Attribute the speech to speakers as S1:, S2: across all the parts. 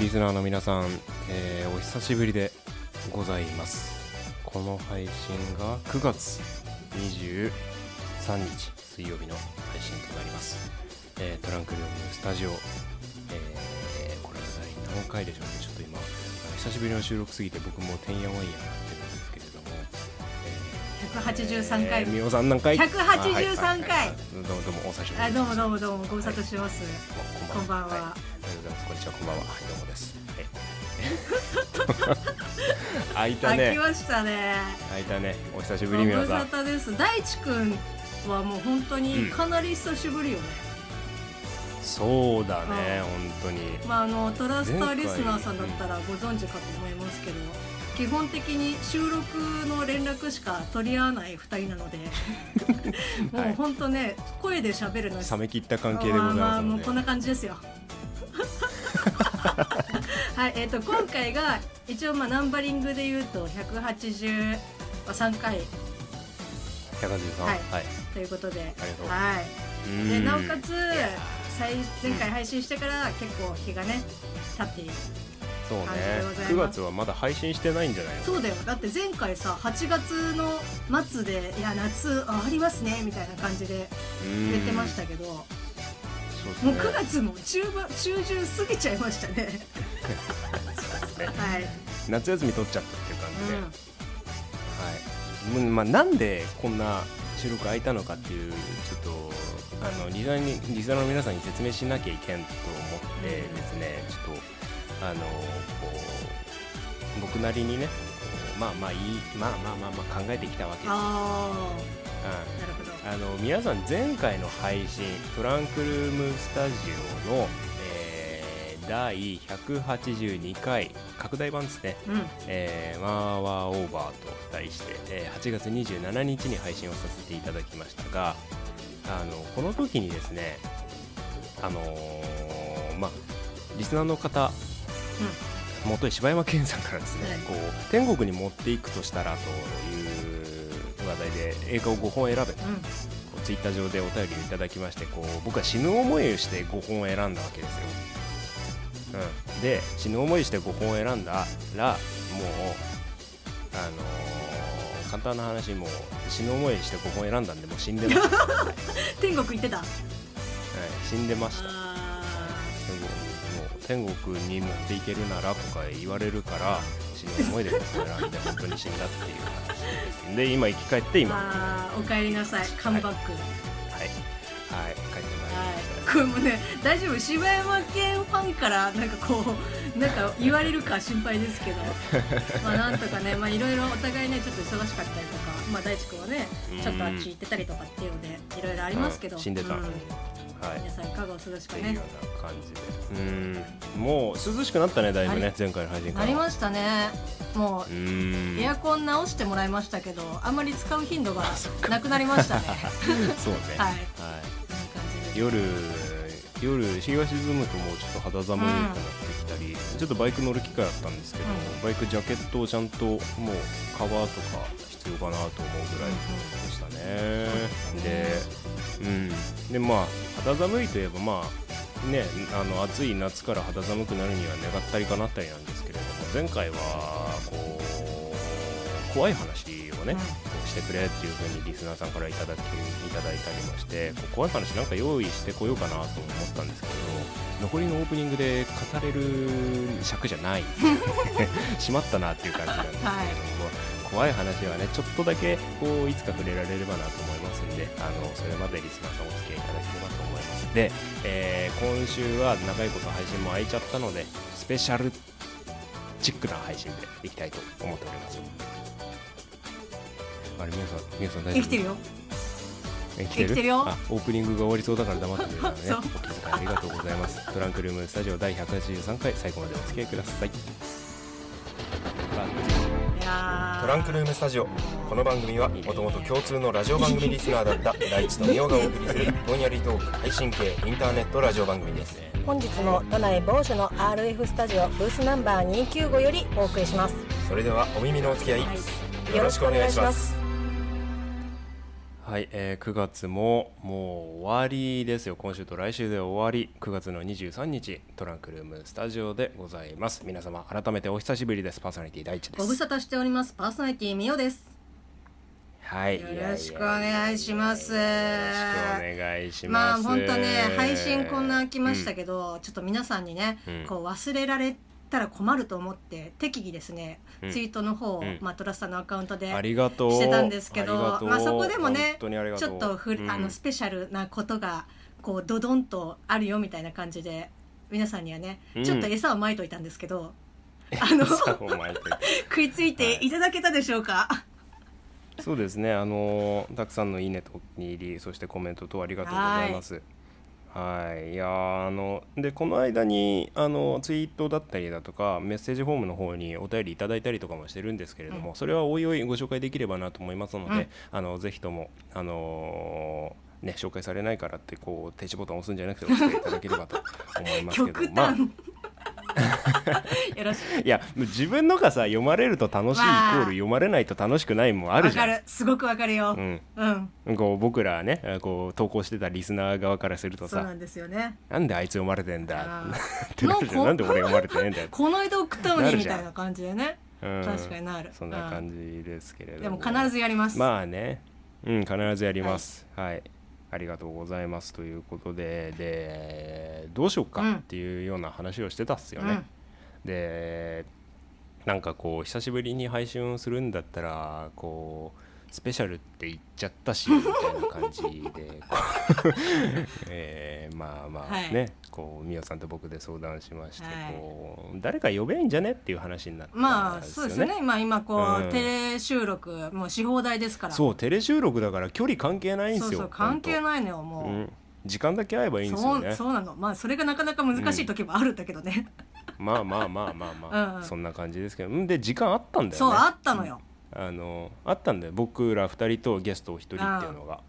S1: リスナーの皆さん、えーお久しぶりでございますこの配信が9月23日水曜日の配信となります、えートランクルームスタジオ、えーこれが第何回でしょうねちょっと今久しぶりの収録すぎて僕もてんやわんやになってるんですけれども、
S2: 183回
S1: えーみおさん何回はい
S2: 183
S1: はい
S2: 回
S1: はいどうもどうもお久しぶり
S2: あ
S1: です
S2: どうもどうもどうもご無沙汰してます、
S1: こんばんは。
S2: こんば
S1: は
S2: んは
S1: いおはようございます。こんにちは。こんばんは。はい、どうもです。 はい開いた
S2: 飽き
S1: ね。
S2: ましたね
S1: 開いたね。お久し
S2: ご
S1: ぶり、
S2: 無
S1: 皆
S2: 沙
S1: さん。
S2: 汰です大地くんはもう本当にかなり久しぶりよね、
S1: そうだね
S2: う。
S1: 本当に。
S2: まああのトラスターリスナーさんだったらご存知かと思いますけど基本的に収録の連絡しか取り合わない2人なので も
S1: は
S2: う
S1: い
S2: 本当ね声で喋るの
S1: 冷め切った関係でございます
S2: も
S1: の
S2: う
S1: で
S2: こん。な感じですよはいえっ、と今回が一応まあナンバリングで言うと183回
S1: 高橋さん。は
S2: はいい。ということで
S1: ありがとう
S2: は
S1: う
S2: い
S1: ー
S2: で
S1: ん
S2: なおかつ
S1: いや
S2: 最前回配信してから結構日がね経っている
S1: そうね
S2: 感じでございま。す
S1: 9月はまだ配信してないんじゃないの？
S2: そうだよだって前回さ8月の末でいや夏あありますねみたいな感じで
S1: うん
S2: 出てましたけど、も
S1: そうです
S2: う
S1: ね。
S2: 9月も中盤中旬過ぎちゃいました ねはい、
S1: 夏休み取っちゃったっていう感じで。
S2: うん
S1: はい、うんまあ、なんでこんな収録空いたのかっていうちょっとあのリザーにリザーの皆さんに説明しなきゃいけんと思って
S2: うん
S1: ですねちょっとあのこう僕なりにねこうまあまあいいまあまあまあまあ考えてきたわけですよ。
S2: あ
S1: うん
S2: あなるほど
S1: あの皆さん前回の配信「トランクルームスタジオの」えー第182回拡大版ですね
S2: うん
S1: えー、ワーワーオーバーと題して、えー8月27日に配信をさせていただきましたがあのこの時にですねあのーまあリスナーの方元へ柴山健さんからですね、
S2: はい
S1: こう天国に持っていくとしたらという話題で映画を5本選べと
S2: うん
S1: こうツイッター上でお便りをいただきましてこう僕は死ぬ思いをして5本を選んだわけですよ、うん、で死ぬ思いをして5本を選んだらもうあのー簡単な話もう死ぬ思いして5本選んだんでもう死んで ました、はい、
S2: 天国行ってた
S1: 死んでましたでも
S2: あ
S1: もう天国に持っていけるならとか言われるから死ぬ思いで5本選んで本当に死んだっていう話ですで今生き返って
S2: ー
S1: 今 はい、
S2: あーおかえりなさいカムバック、はい
S1: はい、帰ってまいりました
S2: これもね大丈夫柴山県ファンからなんかこうなんか言われるか心配です けどまあなんとかねまあいろいろお互いねちょっと忙しかったりとかまあ大地君はねちょっとあっち行ってたりとかっていうのでいろいろありますけど、
S1: うん死んでた、
S2: う
S1: はい
S2: 皆さんいかがお過ごし
S1: っ
S2: か
S1: ていう
S2: ね
S1: ような感じでうんもう涼しくなったねだいぶね、
S2: はい
S1: 前回の配信から
S2: なりましたね
S1: う
S2: もう
S1: ーん
S2: エアコン直してもらいましたけどあんまり使う頻度がなくなりま したね
S1: そうね
S2: はい
S1: は
S2: こんな感じです
S1: い夜夜日が沈むともうちょっと肌寒いくなってきたり、ちょっとバイク乗る機会あったんですけど、
S2: うん
S1: バイクジャケットをちゃんともうカバーとか必要かなと思うぐらいでしたね
S2: うんうんそう
S1: で
S2: です
S1: うんでまあ肌寒いといえばまあねあの暑い夏から肌寒くなるには願ったりかなったりなんですけれども前回はこう怖い話をね、
S2: うん
S1: こうしてくれっていう風にリスナーさんからいただきいただいたりましてこう怖い話なんか用意してこようかなと思ったんですけど残りのオープニングで語れる尺じゃ ないしまったなっていう感じなんですけれども、
S2: はい
S1: 怖い話はねちょっとだけこういつか触れられればなと思いますんであのそれまでリスナーさんお付き合いいただければと思いますで、えー今週は長いこと配信も空いちゃったのでスペシャルチックな配信でいきたいと思っておりますあれ皆さん皆さん大丈夫
S2: 生きてるよ
S1: え来てる
S2: 来てるよ
S1: あオープニングが終わりそうだから黙ってくれたのね
S2: そう
S1: お気遣いありがとうございますトランクルームスタジオ第183回最後までお付き合いくださいバッチリ
S2: いや
S3: トランクルームスタジオこの番組はもともと共通のラジオ番組リスナーだった大地とみおがお送りするぼんやりトーク配信系インターネットラジオ番組です
S4: 本日も都内某所の RF スタジオブースナンバー295よりお送りします
S3: それではお耳のお付き合い
S2: はい
S3: よろしくお願いします
S1: はい、はい、えー、9月ももう終わりですよ今週と来週で終わり9月の23日トランクルームスタジオでございます皆様改めてお久しぶりですパーソナリティ第一で
S2: ご無
S1: す
S2: 沙汰しておりますパーソナリティみおです
S1: はい
S2: よろしくお願いします
S1: よろしくお願いし
S2: まあ
S1: ます
S2: 本当ね配信こんな来ましたけど、ちょっと皆さんにね、
S1: うん
S2: こう忘れられたら困ると思って適宜ですね、
S1: うん
S2: ツイートの方を、
S1: うん
S2: まあ、トラスさんのアカウントで
S1: ありがとう
S2: してたんですけど
S1: ありがとう
S2: まあそこでもね
S1: 本当にありが
S2: ち
S1: とう
S2: ょっとふり、
S1: うん
S2: あのスペシャルなことがこうドドンとあるよみたいな感じで皆さんにはね、
S1: うん
S2: ちょっと餌をまいといたんですけどあ の
S1: さあお前と言って
S2: 食いついていただけたでしょうか、
S1: そうですね、あのーたくさんのいいねとお気に入り、そしてコメントとありがとうございます。はい、いやーあのでこの間にあのツイートだったりだとかメッセージフォームの方にお便りいただいたりとかもしてるんですけれども、それはおいおいご紹介できればなと思いますので、
S2: うん
S1: あのぜひともあのーね紹介されないからってこう停止ボタン押すんじゃなくて押していただければと思いますけど
S2: 極端、
S1: まあ
S2: よろしく
S1: いや自分のがさ読まれると楽しいイコ
S2: わあ
S1: ール読まれないと楽しくないもある
S2: わ
S1: じゃ
S2: か
S1: ん。
S2: るすごくわかるよ
S1: うん
S2: うん、
S1: こう僕らねえーこう投稿してたリスナー側からすると
S2: そうな
S1: さ
S2: んですよね
S1: なんであいつ読まれてんだ
S2: あー
S1: ってなるじゃん
S2: な
S1: なんん
S2: か
S1: で俺読まれてねえんだよって
S2: この間送ったの
S1: な
S2: に
S1: る
S2: み
S1: じゃん
S2: たいな感じでね
S1: うん
S2: 確かになる
S1: そんな感じですけれども
S2: でも必ずやります、
S1: まあねうん必ずやりますはい、ありがとうございますということででどうしよう
S2: うん
S1: かっていうような話をしてたっすよね、でなんかこう久しぶりに配信をするんだったらこうスペシャルって言っちゃったしみたいな感じでこ うえーまあまあね、
S2: はい
S1: こうみおさんと僕で相談しまして、
S2: はい
S1: こう誰か呼べんじゃねっていう話になった
S2: うんまあそうですよねまあ今こう、
S1: うん
S2: テレ収録もうし放題ですから
S1: そうテレ収録だから距離関係ないんです
S2: そう
S1: よ
S2: そう関係ないのよも
S1: 本
S2: う、
S1: 当うん時間だけ合えばいいんです
S2: そ
S1: よ
S2: う
S1: ね
S2: そうなのまあそれがなかなか難しい時もあるんだけどね、
S1: まあまあまあまあまあ、
S2: うん
S1: そんな感じですけどんで時間あったんだよね
S2: そうあったのよ、
S1: あのあったんだよ僕ら2人とゲストお一人っていうのが。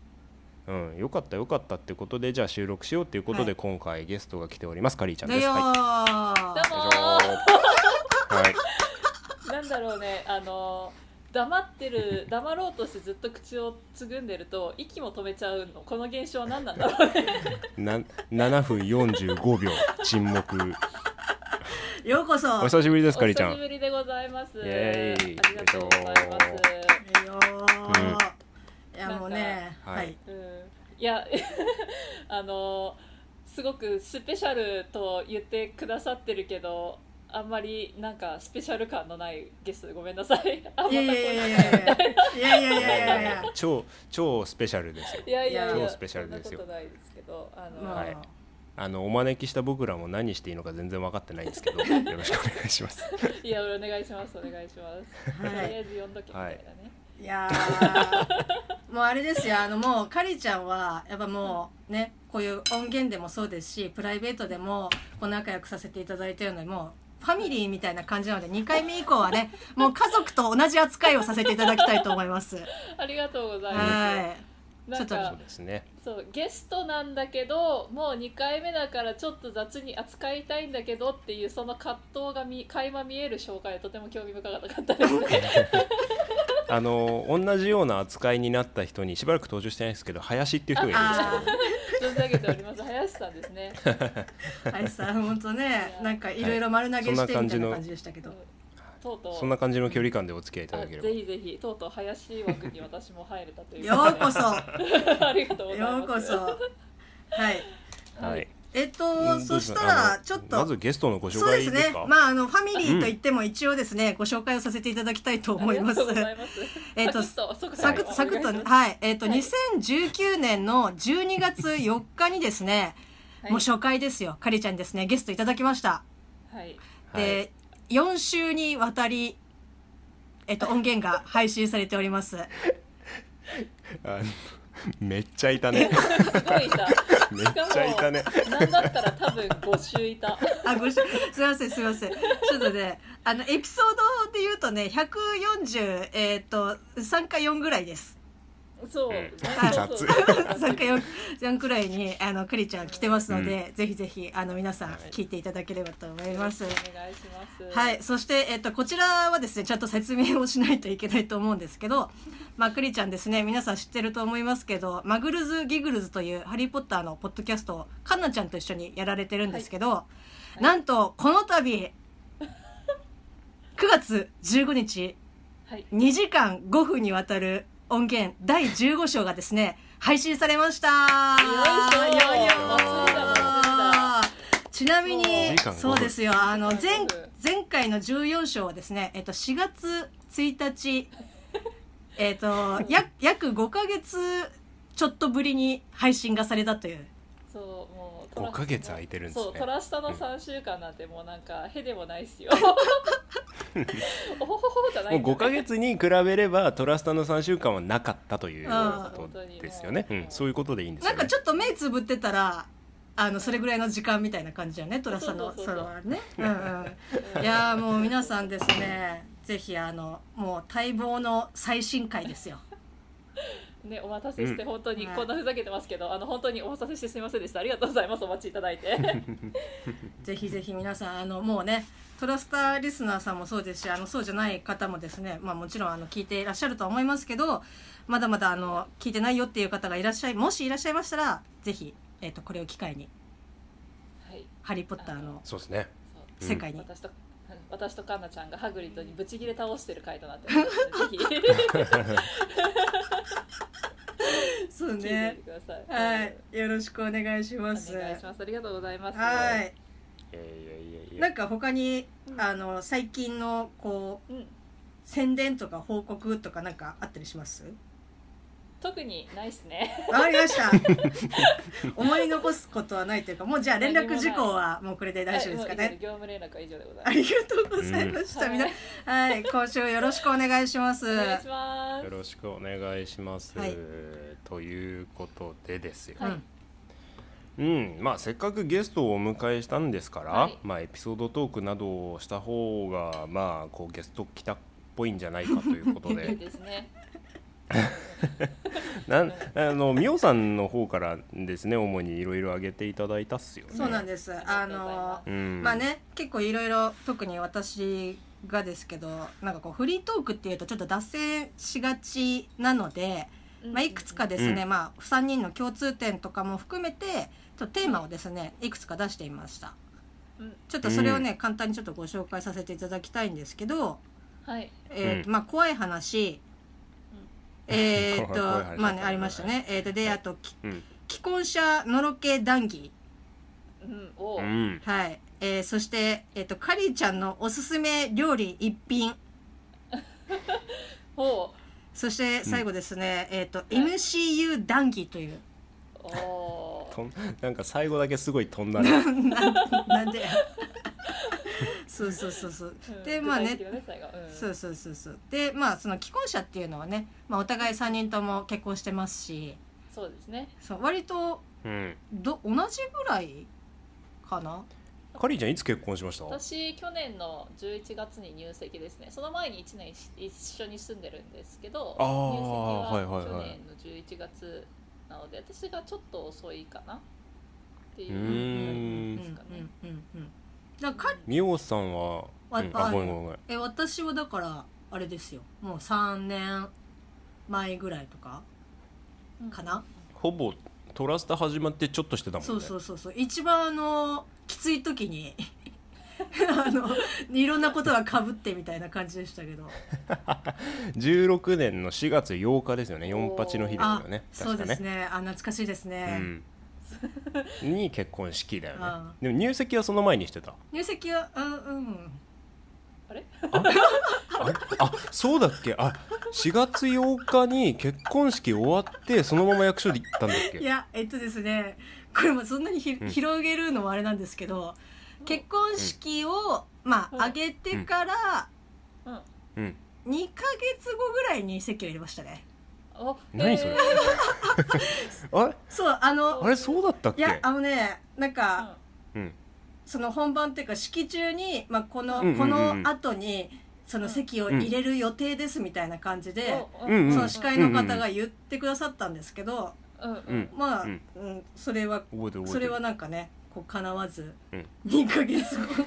S1: うん、よかったよかったってことでじゃあ収録しようっていうことで、
S2: はい
S1: 今回ゲストが来ておりますカリーちゃん
S2: だ
S1: です。
S2: よー、
S1: はい
S5: どうも
S1: はい、
S5: なんだろうねあの黙ってる黙ろうとしてずっと口をつぐんでると息も止めちゃうのこの現象は何なんだろうね
S1: な7分45秒沈黙
S2: ようこそ
S1: お久しぶりです
S5: お
S1: カリーちゃ
S5: 久し
S1: ん
S5: ぶりでございます
S1: イエーイ
S5: ありがとうございま
S1: えっ
S2: えよーいやもう
S1: な
S2: ね
S1: んか
S2: は
S1: はいい、
S5: す、うん、いや あのすごくスペシャルと言ってくださってるけどあんまりなんかスペシャル感のないゲストでごめんなさい あまたこ
S2: いや
S5: う
S2: いやいやいやい
S5: い
S2: やいやいやいやいやいや
S1: 超超スペシャルですよ
S5: やいやいや
S1: 超スペシャルですよ
S5: そんなことないですけどあの、
S2: まあ、
S1: はいあのお招きした僕らも何していいのか全然分かってないんですけ どよろしくお願いします
S5: いや、お願いします、お願いします。
S2: はい
S5: とりあえず読んどけみたいなね。
S2: いやーもうあれですよあのもうかりちゃんはやっぱもうねこういう音源でもそうですしプライベートでもこう仲良くさせていただいたようなもうファミリーみたいな感じなので2回目以降はねもう家族と同じ扱いをさせていただきたいと思います。
S5: ありがとうございま
S2: は
S5: す。なん
S2: ちょっ
S1: そう
S5: か
S1: ですね
S5: そうゲストなんだけどもう2回目だからちょっと雑に扱いたいんだけどっていうその葛藤がみ垣間見える紹介はとても興味深かった ですね
S1: あの同じような扱いになった人にしばらく登場してないですけど林っていう人がいるんですけど
S2: あ
S5: 存じ上げております林さんです ね
S2: い、林さん本当ねなんかいろいろ丸投げしてみたいな感じでしたけど、
S5: とうとう
S1: そんな感じの距離感でお付き合いいた
S5: あ
S1: だければ
S5: ぜひぜひとうとう林枠に私も入れたという
S2: ようこそ
S5: そ ありがとうございます
S2: ようこそはい
S1: はい。
S2: えっとそした
S1: あ
S2: ら
S1: の
S2: ちょっと
S1: まずゲストのご紹
S2: そうで
S1: 介
S2: す
S1: です
S2: ね
S1: か。。
S2: まああのファミリーといっても一応ですね、ご紹介をさせていただきたいと思います
S5: あ。りがとうございます
S2: えっと
S5: サクッと
S2: サクッとサクッとねはい、えっと2019年の12月4日にですね、
S5: はい
S2: もう初回ですよ。かりちゃんにですねゲストいただきました。
S5: はい
S1: はい
S2: で、4週にわたり。えっと、音源が配信されております。
S1: あの めっちゃいた ね。
S5: すごいいた
S1: めっちゃいたね。
S5: なんだったら多分5周いた
S2: あ、ごし、すいません、すいません。ちょっとね、あの、エピソードで言うとね、140、えっと、3か4ぐらいです。
S5: そう、
S1: うん
S5: そうそう
S2: 3回4回くらいにあのクリちゃん来てますので、ぜひぜひあの皆さん
S1: はい
S2: 聞いていただければと思います。
S5: お願いします。
S2: はい。そして、えっと、こちらはですね、ちゃんと説明をしないといけないと思うんですけど、まあ、クリちゃんですね、皆さん知ってると思いますけど、マグルズ・ギグルズというハリー・ポッターのポッドキャストを、カンナちゃんと一緒にやられてるんですけど、
S5: い
S2: なんと、この度、9月15日、
S5: はい。
S2: 2時間5分にわたる音源第15章がですね、配信されました
S5: よいし
S2: よ
S5: ょ
S2: いよ
S5: 祭りだ
S2: ちなみ
S1: 2
S2: に
S1: 時間5、分
S2: そうですよ、あの、
S5: 2時間
S2: 前
S5: 5分、
S2: 前回の14章はですね、えっと、4月1日、えっと、や約5ヶ月ちょっとぶりに配信がされたという。
S5: そう、もう。
S1: 5ヶ月空いてるんですね
S5: そう、トラスタの三週間なんて、もうなんか、へでもないっ すよ。 おほほほじゃな
S1: も
S5: い
S1: うん
S5: だね。
S1: 5ヶ月に比べればトラスタの3週間はなかったという
S2: あー
S1: ことですよね、うん、そういうことでいいんですよ
S2: なん
S1: ね
S2: かちょっと目つぶってたら、あの、それぐらいの時間みたいな感じだよね、トラさんの、
S5: そ
S2: そ
S5: うそうそうそう
S2: のね。うんうん。いやーもう皆さんですねぜひあのもう待望の最新回ですよ
S5: ね、お待たせして、
S1: うん
S5: 本当に、
S2: はい
S5: こんなふざけてますけど、あの、本当にお待たせしてすみませんでした。ありがとうございます。お待ちいただ いて。
S2: ぜひぜひ皆さんあのもうねトラスターリスナーさんもそうですしあのそうじゃない方もですね、まあ、もちろんあの聞いていらっしゃるとは思いますけどまだまだあの聞いてないよっていう方がいらっしゃいもしいらっしゃいましたらぜひ、えっとこれを機会に
S5: はい。
S2: 「ハリー・ポッター」の
S1: そうですね
S5: そう
S2: 世界に、
S5: 私と私とカンナちゃんがハグリッドにブチギレ倒してる回となっ てますのでぜ
S2: そう
S5: ひ聞いてみてください。
S2: はいよろしくお願いし
S5: お
S2: ま
S5: 願い
S2: す
S5: します。ありがとうございます。
S2: は
S1: い
S2: い
S1: やいやいやいや
S2: なんか他にあの最近のこう
S5: うん、
S2: 宣伝とか報告とかなんかあったりします
S5: 特にないっすね。
S2: わかりました 思い残すことはないというかもうじゃあ連絡事項はもうこれで大丈夫ですか
S5: はいもう以上
S2: ね
S5: 業務連絡は以上でござい
S2: あ
S5: ます。
S2: りがとうございました、
S5: うん
S2: みんなはい今週よろしくお願いします
S5: お願いしま
S1: よろしくお願いします、
S2: はい
S1: ということでですよ、
S5: はい
S1: うんまあ、せっかくゲストをお迎えしたんですから、
S5: はい
S1: まあ、エピソードトークなどをした方が、まあ、こうゲスト来たっぽいんじゃないかという こと
S5: す。いい
S1: で
S5: ですね。
S1: なんあのミオさんの方からですね主にいろいろ挙げていただいたっすよね。
S2: そうなんですあの
S1: うん
S2: まあね結構いろいろ特に私がですけどなんかこうフリートークっていうとちょっと脱線しがちなので、まあ、いくつかですね、
S1: う
S2: まあ、3人の共通点とかも含めてちょっとテーマをですねいくつか出していました
S5: うん
S2: ちょっとそれをね、簡単にちょっとご紹介させていただきたいんですけど、
S5: はい。
S2: えーと
S1: うん
S2: まあ、怖 い話、えーっと
S1: 怖い話
S2: まあねありましたね、えー、とであとき
S1: うん
S2: 既婚者のろけ談義
S5: うん、お
S1: う
S5: う、
S1: んん
S2: はい、えーそして、えー、とカリーちゃんのおすすめ料理一品
S5: お
S2: そして最後ですね、えー、と MCU 談義と いう
S5: う、おう
S1: とんなんか最後だけすごい飛んだ ね。
S2: なんなんでそうそうそうそう
S5: うん
S2: でまあね
S5: 具体的だ最後うん
S2: そうそうそうそうでまあその既婚者っていうのはね、まあ、お互い3人とも結婚してますし
S5: そうですね。
S2: そう割と
S1: うん、
S2: ど同じぐらいかな
S1: カリーちゃんいつ結婚しました？
S5: 私去年の11月に入籍ですねその前に1年一一緒に住んでるんですけど
S1: あー
S5: 入
S1: はい
S5: 籍
S1: はい
S5: は
S1: は
S5: 去
S1: い
S5: 年の11月なので、私がちょっと遅いかなっていう
S1: う
S2: うん
S1: ー
S2: うん
S5: ですかね、
S2: うんうんだからか
S1: ミオさんは、
S2: わ
S1: うん
S2: あ
S1: あごめんごめんごめん。
S2: え私はだからあれですよもう3年前ぐらいとか
S5: うん
S2: かな、
S1: ほぼトラスタ始まってちょっとしてたもんね。
S2: そうそうそうそう一番あのきつい時に あのいろんなことがかぶってみたいな感じでしたけど
S1: 16年の4月8日ですよね48の日ですよね
S2: そう
S1: 確か
S2: です
S1: ね
S2: ねあ懐かしいですね、
S1: うん、に結婚式だよね
S2: あ
S1: でも入籍はその前にしてた
S2: 入籍はうんうん
S5: あれ
S1: ああそうだっけあ4月8日に結婚式終わってそのまま役所に行ったんだっけ
S2: いやえっとですねこれもそんなにひ、
S1: ん
S2: 広げるのもあれなんですけど結婚式を、まあ
S5: うん
S2: 挙げてから
S5: うん
S1: うん、
S2: 2ヶ月後ぐらいに籍を入れましたね
S5: お
S1: 何それ
S5: へ
S1: あれ
S2: そうあの
S1: あれそうだったっ
S2: い
S1: け
S2: やあのねなん
S5: ー
S2: か、
S1: うん
S2: その本番っていうか式中に、まあ、こ
S1: うん
S2: の、
S1: うんうん
S2: この後にその席を入れる予定ですみたいな感じで、
S5: うんうん
S1: うん
S2: その司会の方が言ってくださったんですけど、
S5: うんう
S1: うんん
S2: まあ、
S1: うん
S2: うん、それは
S1: 覚えてる覚えてる
S2: それはなんかねこう叶わず、
S1: うん
S2: 二2ヶ月後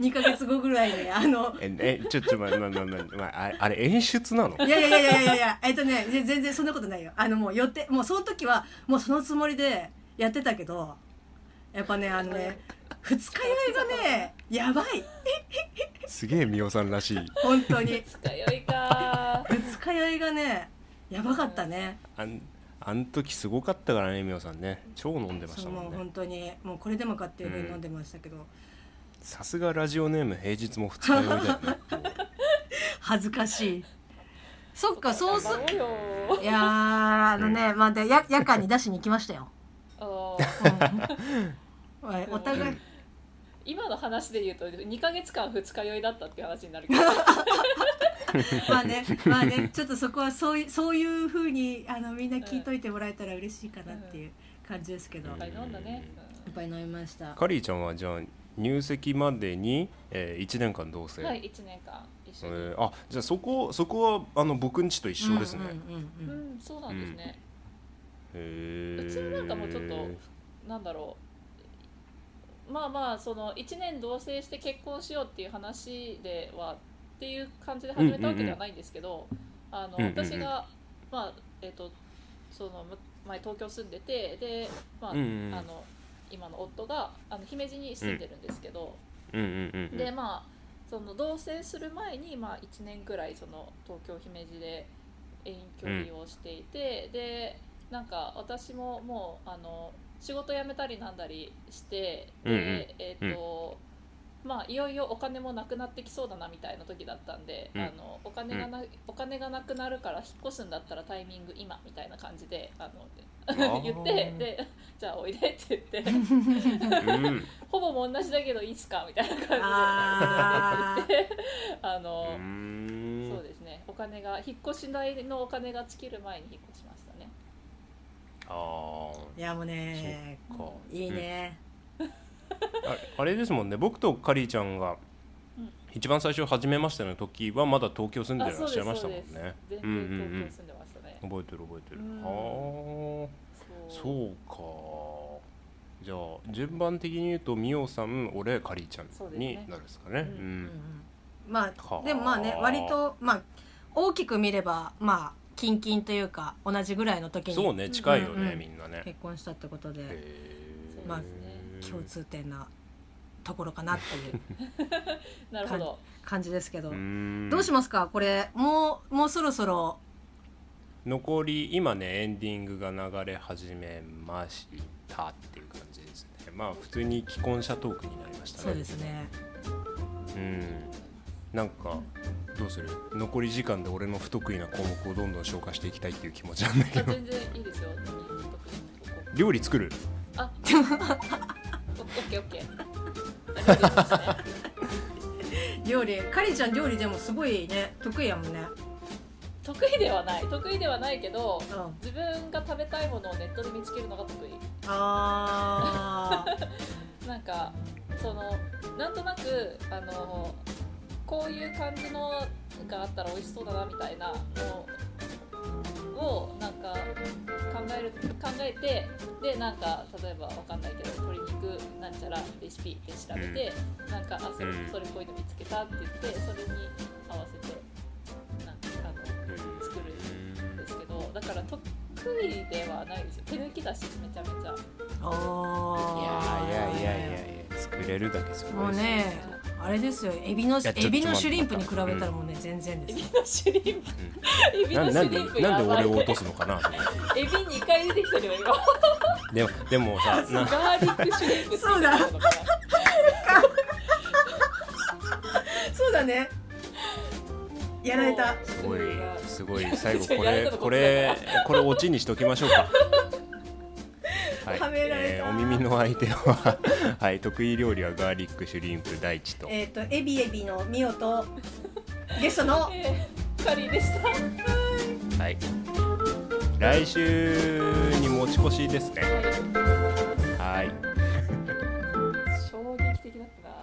S2: 2ヶ月後ぐらいにあの
S1: ええちょっとまなななまああれあれ演出 なの
S2: いやいやいやいやいやいやえっとねぜ全然そんなことないよあのもう予定もうその時はもうそのつもりでやってたけどやっぱねあのね二日酔いがねやばい
S1: すげえみおさんらしい
S2: 本当に
S5: 二日酔いか
S2: 二日酔いがねやばかったね
S1: あんあん時すごかったからねみおさんね超飲んでまし
S2: そ
S1: た
S2: うも
S1: も
S2: うん
S1: ね
S2: 本当にもうこれでもかっていうふうに飲んでましたけど、
S1: さすがラジオネーム平日も二日酔い だよね
S2: 恥ずかしいそっかそうす
S5: そうよ
S2: いやーあのね、まあ、でや夜間に出しに行きまし たよ、
S5: あの
S2: うんはいお互い
S5: 今の話で言うと二ヶ月間二日酔いだったっていう話にな るけど
S2: まあねまあねちょっとそこはそういそういうふうにあのみんな聞いといてもらえたら嬉しいかなっていう感じですけど、
S1: うん
S2: い
S5: あ
S2: っ
S5: れ飲んだね、
S2: ぱい飲みました
S1: カリーちゃんはじゃあ入籍までに、え1年間同
S5: う
S1: 棲、
S5: ん、はい一年間一
S1: え
S5: 緒に、
S1: ーあじゃあそこそこはあの僕んちと一緒ですね、
S2: うんうんうんうん
S5: うんそうなんですね、
S1: へえ
S5: うちはなんかもうちょっとなんだろうまあまあその1年同棲して結婚しようっていう話ではっていう感じで始めたわけではないんですけど、あの
S1: うんうんうん
S5: 私が、まあえっ、とそのむ前東京住んでてで、まあ
S1: うんうんうん
S5: あの今の夫があの姫路に住んでるんですけど、
S1: うんうんうんうん
S5: でまあその同棲する前に、まあ、1年ぐらいその東京姫路で遠距離をしていて、でなんか私ももうあの仕事辞めたりなんだりして
S1: う
S5: で、
S1: んうん
S5: えっ、と、まあいよいよお金もなくなってきそうだなみたいな時だったんで、
S1: うん
S5: あのお金がな、お金がなくなるから引っ越すんだったらタイミング今みたいな感じであの
S1: ー
S5: 言ってでじゃあおいでって 言って
S1: うん
S5: ほぼも同じだけどいいっすかみたいな感じで。
S2: あー
S5: あ
S1: う
S5: の、
S1: ん
S5: そうですね。お金が引っ越し代のお金が尽きる前に引っ越しましたね。
S1: あ
S2: いやもうね
S1: ーか
S2: いいね、
S1: ああれですもんね僕とカリーちゃんが
S5: うん
S1: 一番最初初めましての時はまだ東京住ん
S5: あ、
S1: でら
S5: そ
S1: っ
S5: う
S1: し
S5: で
S1: ゃい
S5: す
S1: ました
S5: そう
S1: もん
S5: で
S1: ね
S5: す。
S1: う
S5: 全
S1: ん
S5: 然
S1: うんう
S5: 東
S1: ん
S5: 京住んでましたね。
S1: 覚えてる覚えてる
S5: うん
S1: はあ
S5: そう。
S1: そうかじゃあ順番的に言うとミオさん俺カリーちゃ
S5: そうで
S1: ん
S5: すね
S1: になるんですかね
S5: う
S2: うんうんま
S1: は
S2: あ
S1: あ
S2: でもまあね割とまあ大きく見ればまあ近々というか同じぐらいの時
S1: うん
S2: に
S1: そうね近いよ
S2: うん
S1: ね
S2: うん
S1: みんなね
S2: 結婚したってことで
S1: へー
S2: まあ共
S1: う
S2: 通点なところかなっていう
S5: なるほど。
S2: 感じですけど、
S1: ん
S2: どうしますかこれもうもうそろそろ
S1: 残り今ねエンディングが流れ始めましたっていう感じですねまあ普通に既婚者トークになりましたね
S2: そうですね
S1: うんなんかどうする残り時間で俺の不得意な項目をどんどん消化していきたいっていう気持ちなんだけ
S5: あ
S1: ど
S5: 全然いいですよ。特にここ
S1: 料理作る
S5: あ、オッケーオッケー。ありがとうございますね
S2: 料理かりちゃん料理でもすごいね得意やもんね
S5: 得意ではない。得意ではないけど。
S2: うん
S5: 自分が食べたいものをネットで見つけるのが得意
S2: あ
S5: なんかそのなんとなくあのこういう感じのがあったら美味しそうだなみたいなのをなんか考える考えてでなんか例えばわかんないけど鶏肉なんちゃらレシピで調べて、なんかあそれ
S1: うん
S5: それっぽいの見つけたって言ってそれに合わせてなんかあの作るんですけどだから得意ではないですよ手抜きだしめちゃめちゃ。
S2: ーあー
S1: いや作れるだけす
S2: もうねあれですよエビの
S1: やちょっと
S2: エビのシュリンプに比べたらもうね全然
S5: エ
S2: で
S5: ビ
S2: す
S5: のシュリンプ。エビ
S1: な
S5: のシ
S1: なん
S5: ュ
S1: で
S5: リンプ
S1: な
S5: や
S1: んで
S5: ば
S1: 俺
S5: い。
S1: を落とすのかなと思って
S5: エビ二回出てきたけど今。
S1: でもでもさな
S5: ガーリックシュリンプ。
S2: そうだ。 そうだねやられた
S1: すごいすごい最後
S5: いや
S1: こ
S5: やる
S1: れ
S5: こと
S1: これこれオチにしときましょうか。はい
S2: はめられた
S1: えーお耳の相手は はい得意料理はガーリックシュリンプ大地と。
S2: えっ、とエビエビのミオとゲストの
S5: えーカリーでした。
S1: はい。来週に持ち越しですね。はい。
S5: 衝撃的だったな。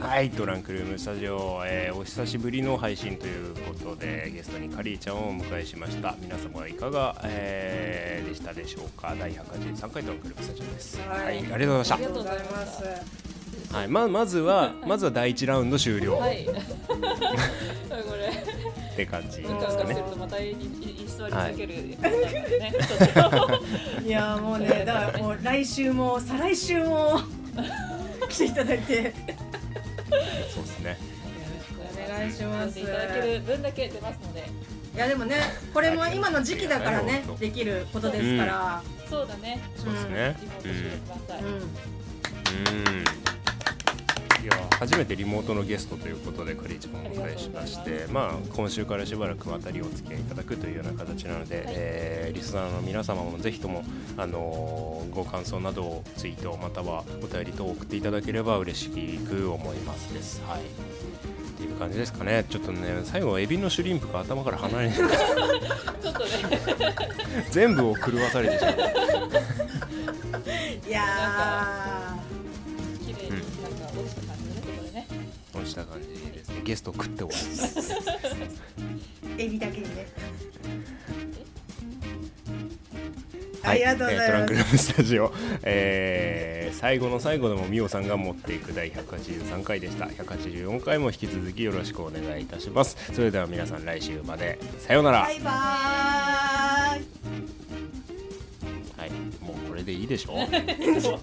S1: はいトランクルームスタジオ、えーお久しぶりの配信ということでゲストにカリーちゃんをお迎えしました皆様はいかが、えーでしたでしょうか第183回トランクルームスタジオです
S2: はい
S1: はい、ありがとうござ
S5: あ
S1: い
S5: り
S1: まし
S5: がとうございま
S2: あ
S5: す
S2: りがとうござい
S1: たはいままずはまずは第1ラウンド終了
S5: はいこれ
S1: って感じです
S5: うかう
S1: か
S5: かして
S1: ね
S5: るとまた居座り続けるみたいなねちょっと
S2: いやもうねだからもう来週も再来週も来ていただいて
S1: そうですね
S2: お願いします
S5: いただける分だけ出ますので
S2: いやでもねこれも今の時期だからね
S1: はい
S2: できることですから、
S5: そうだね
S1: そうですね
S5: リモートしてください、
S2: うん
S1: うんいや初めてリモートのゲストということでカリーちゃんをお迎えしまし
S5: ありが
S1: てまあ今週からしばらくあたりお付き合いいただくというような形なので、えーリスナーの皆様もぜひともあのーご感想などをツイートまたはお便りと送っていただければ嬉しく思いますですはいっていう感じですかねちょっとね最後はエビのシュリンプが頭から離 れない
S5: ちょっとね
S1: 全部を狂わされてしまう
S2: いや
S5: 綺麗になんか落ちた感じねここでね
S1: こうした感じですねゲストを食って終わります
S2: ーエビだけにねあ
S1: はい、
S2: りがとうございま
S1: え
S2: す
S1: ートランクルームスタジオ、えー最後の最後でもミオさんが持っていく第183回でした184回も引き続きよろしくお願いいたしますそれでは皆さん来週までさようなら
S2: バイバーイ
S1: はい、もうこれでいいでしょ
S5: そう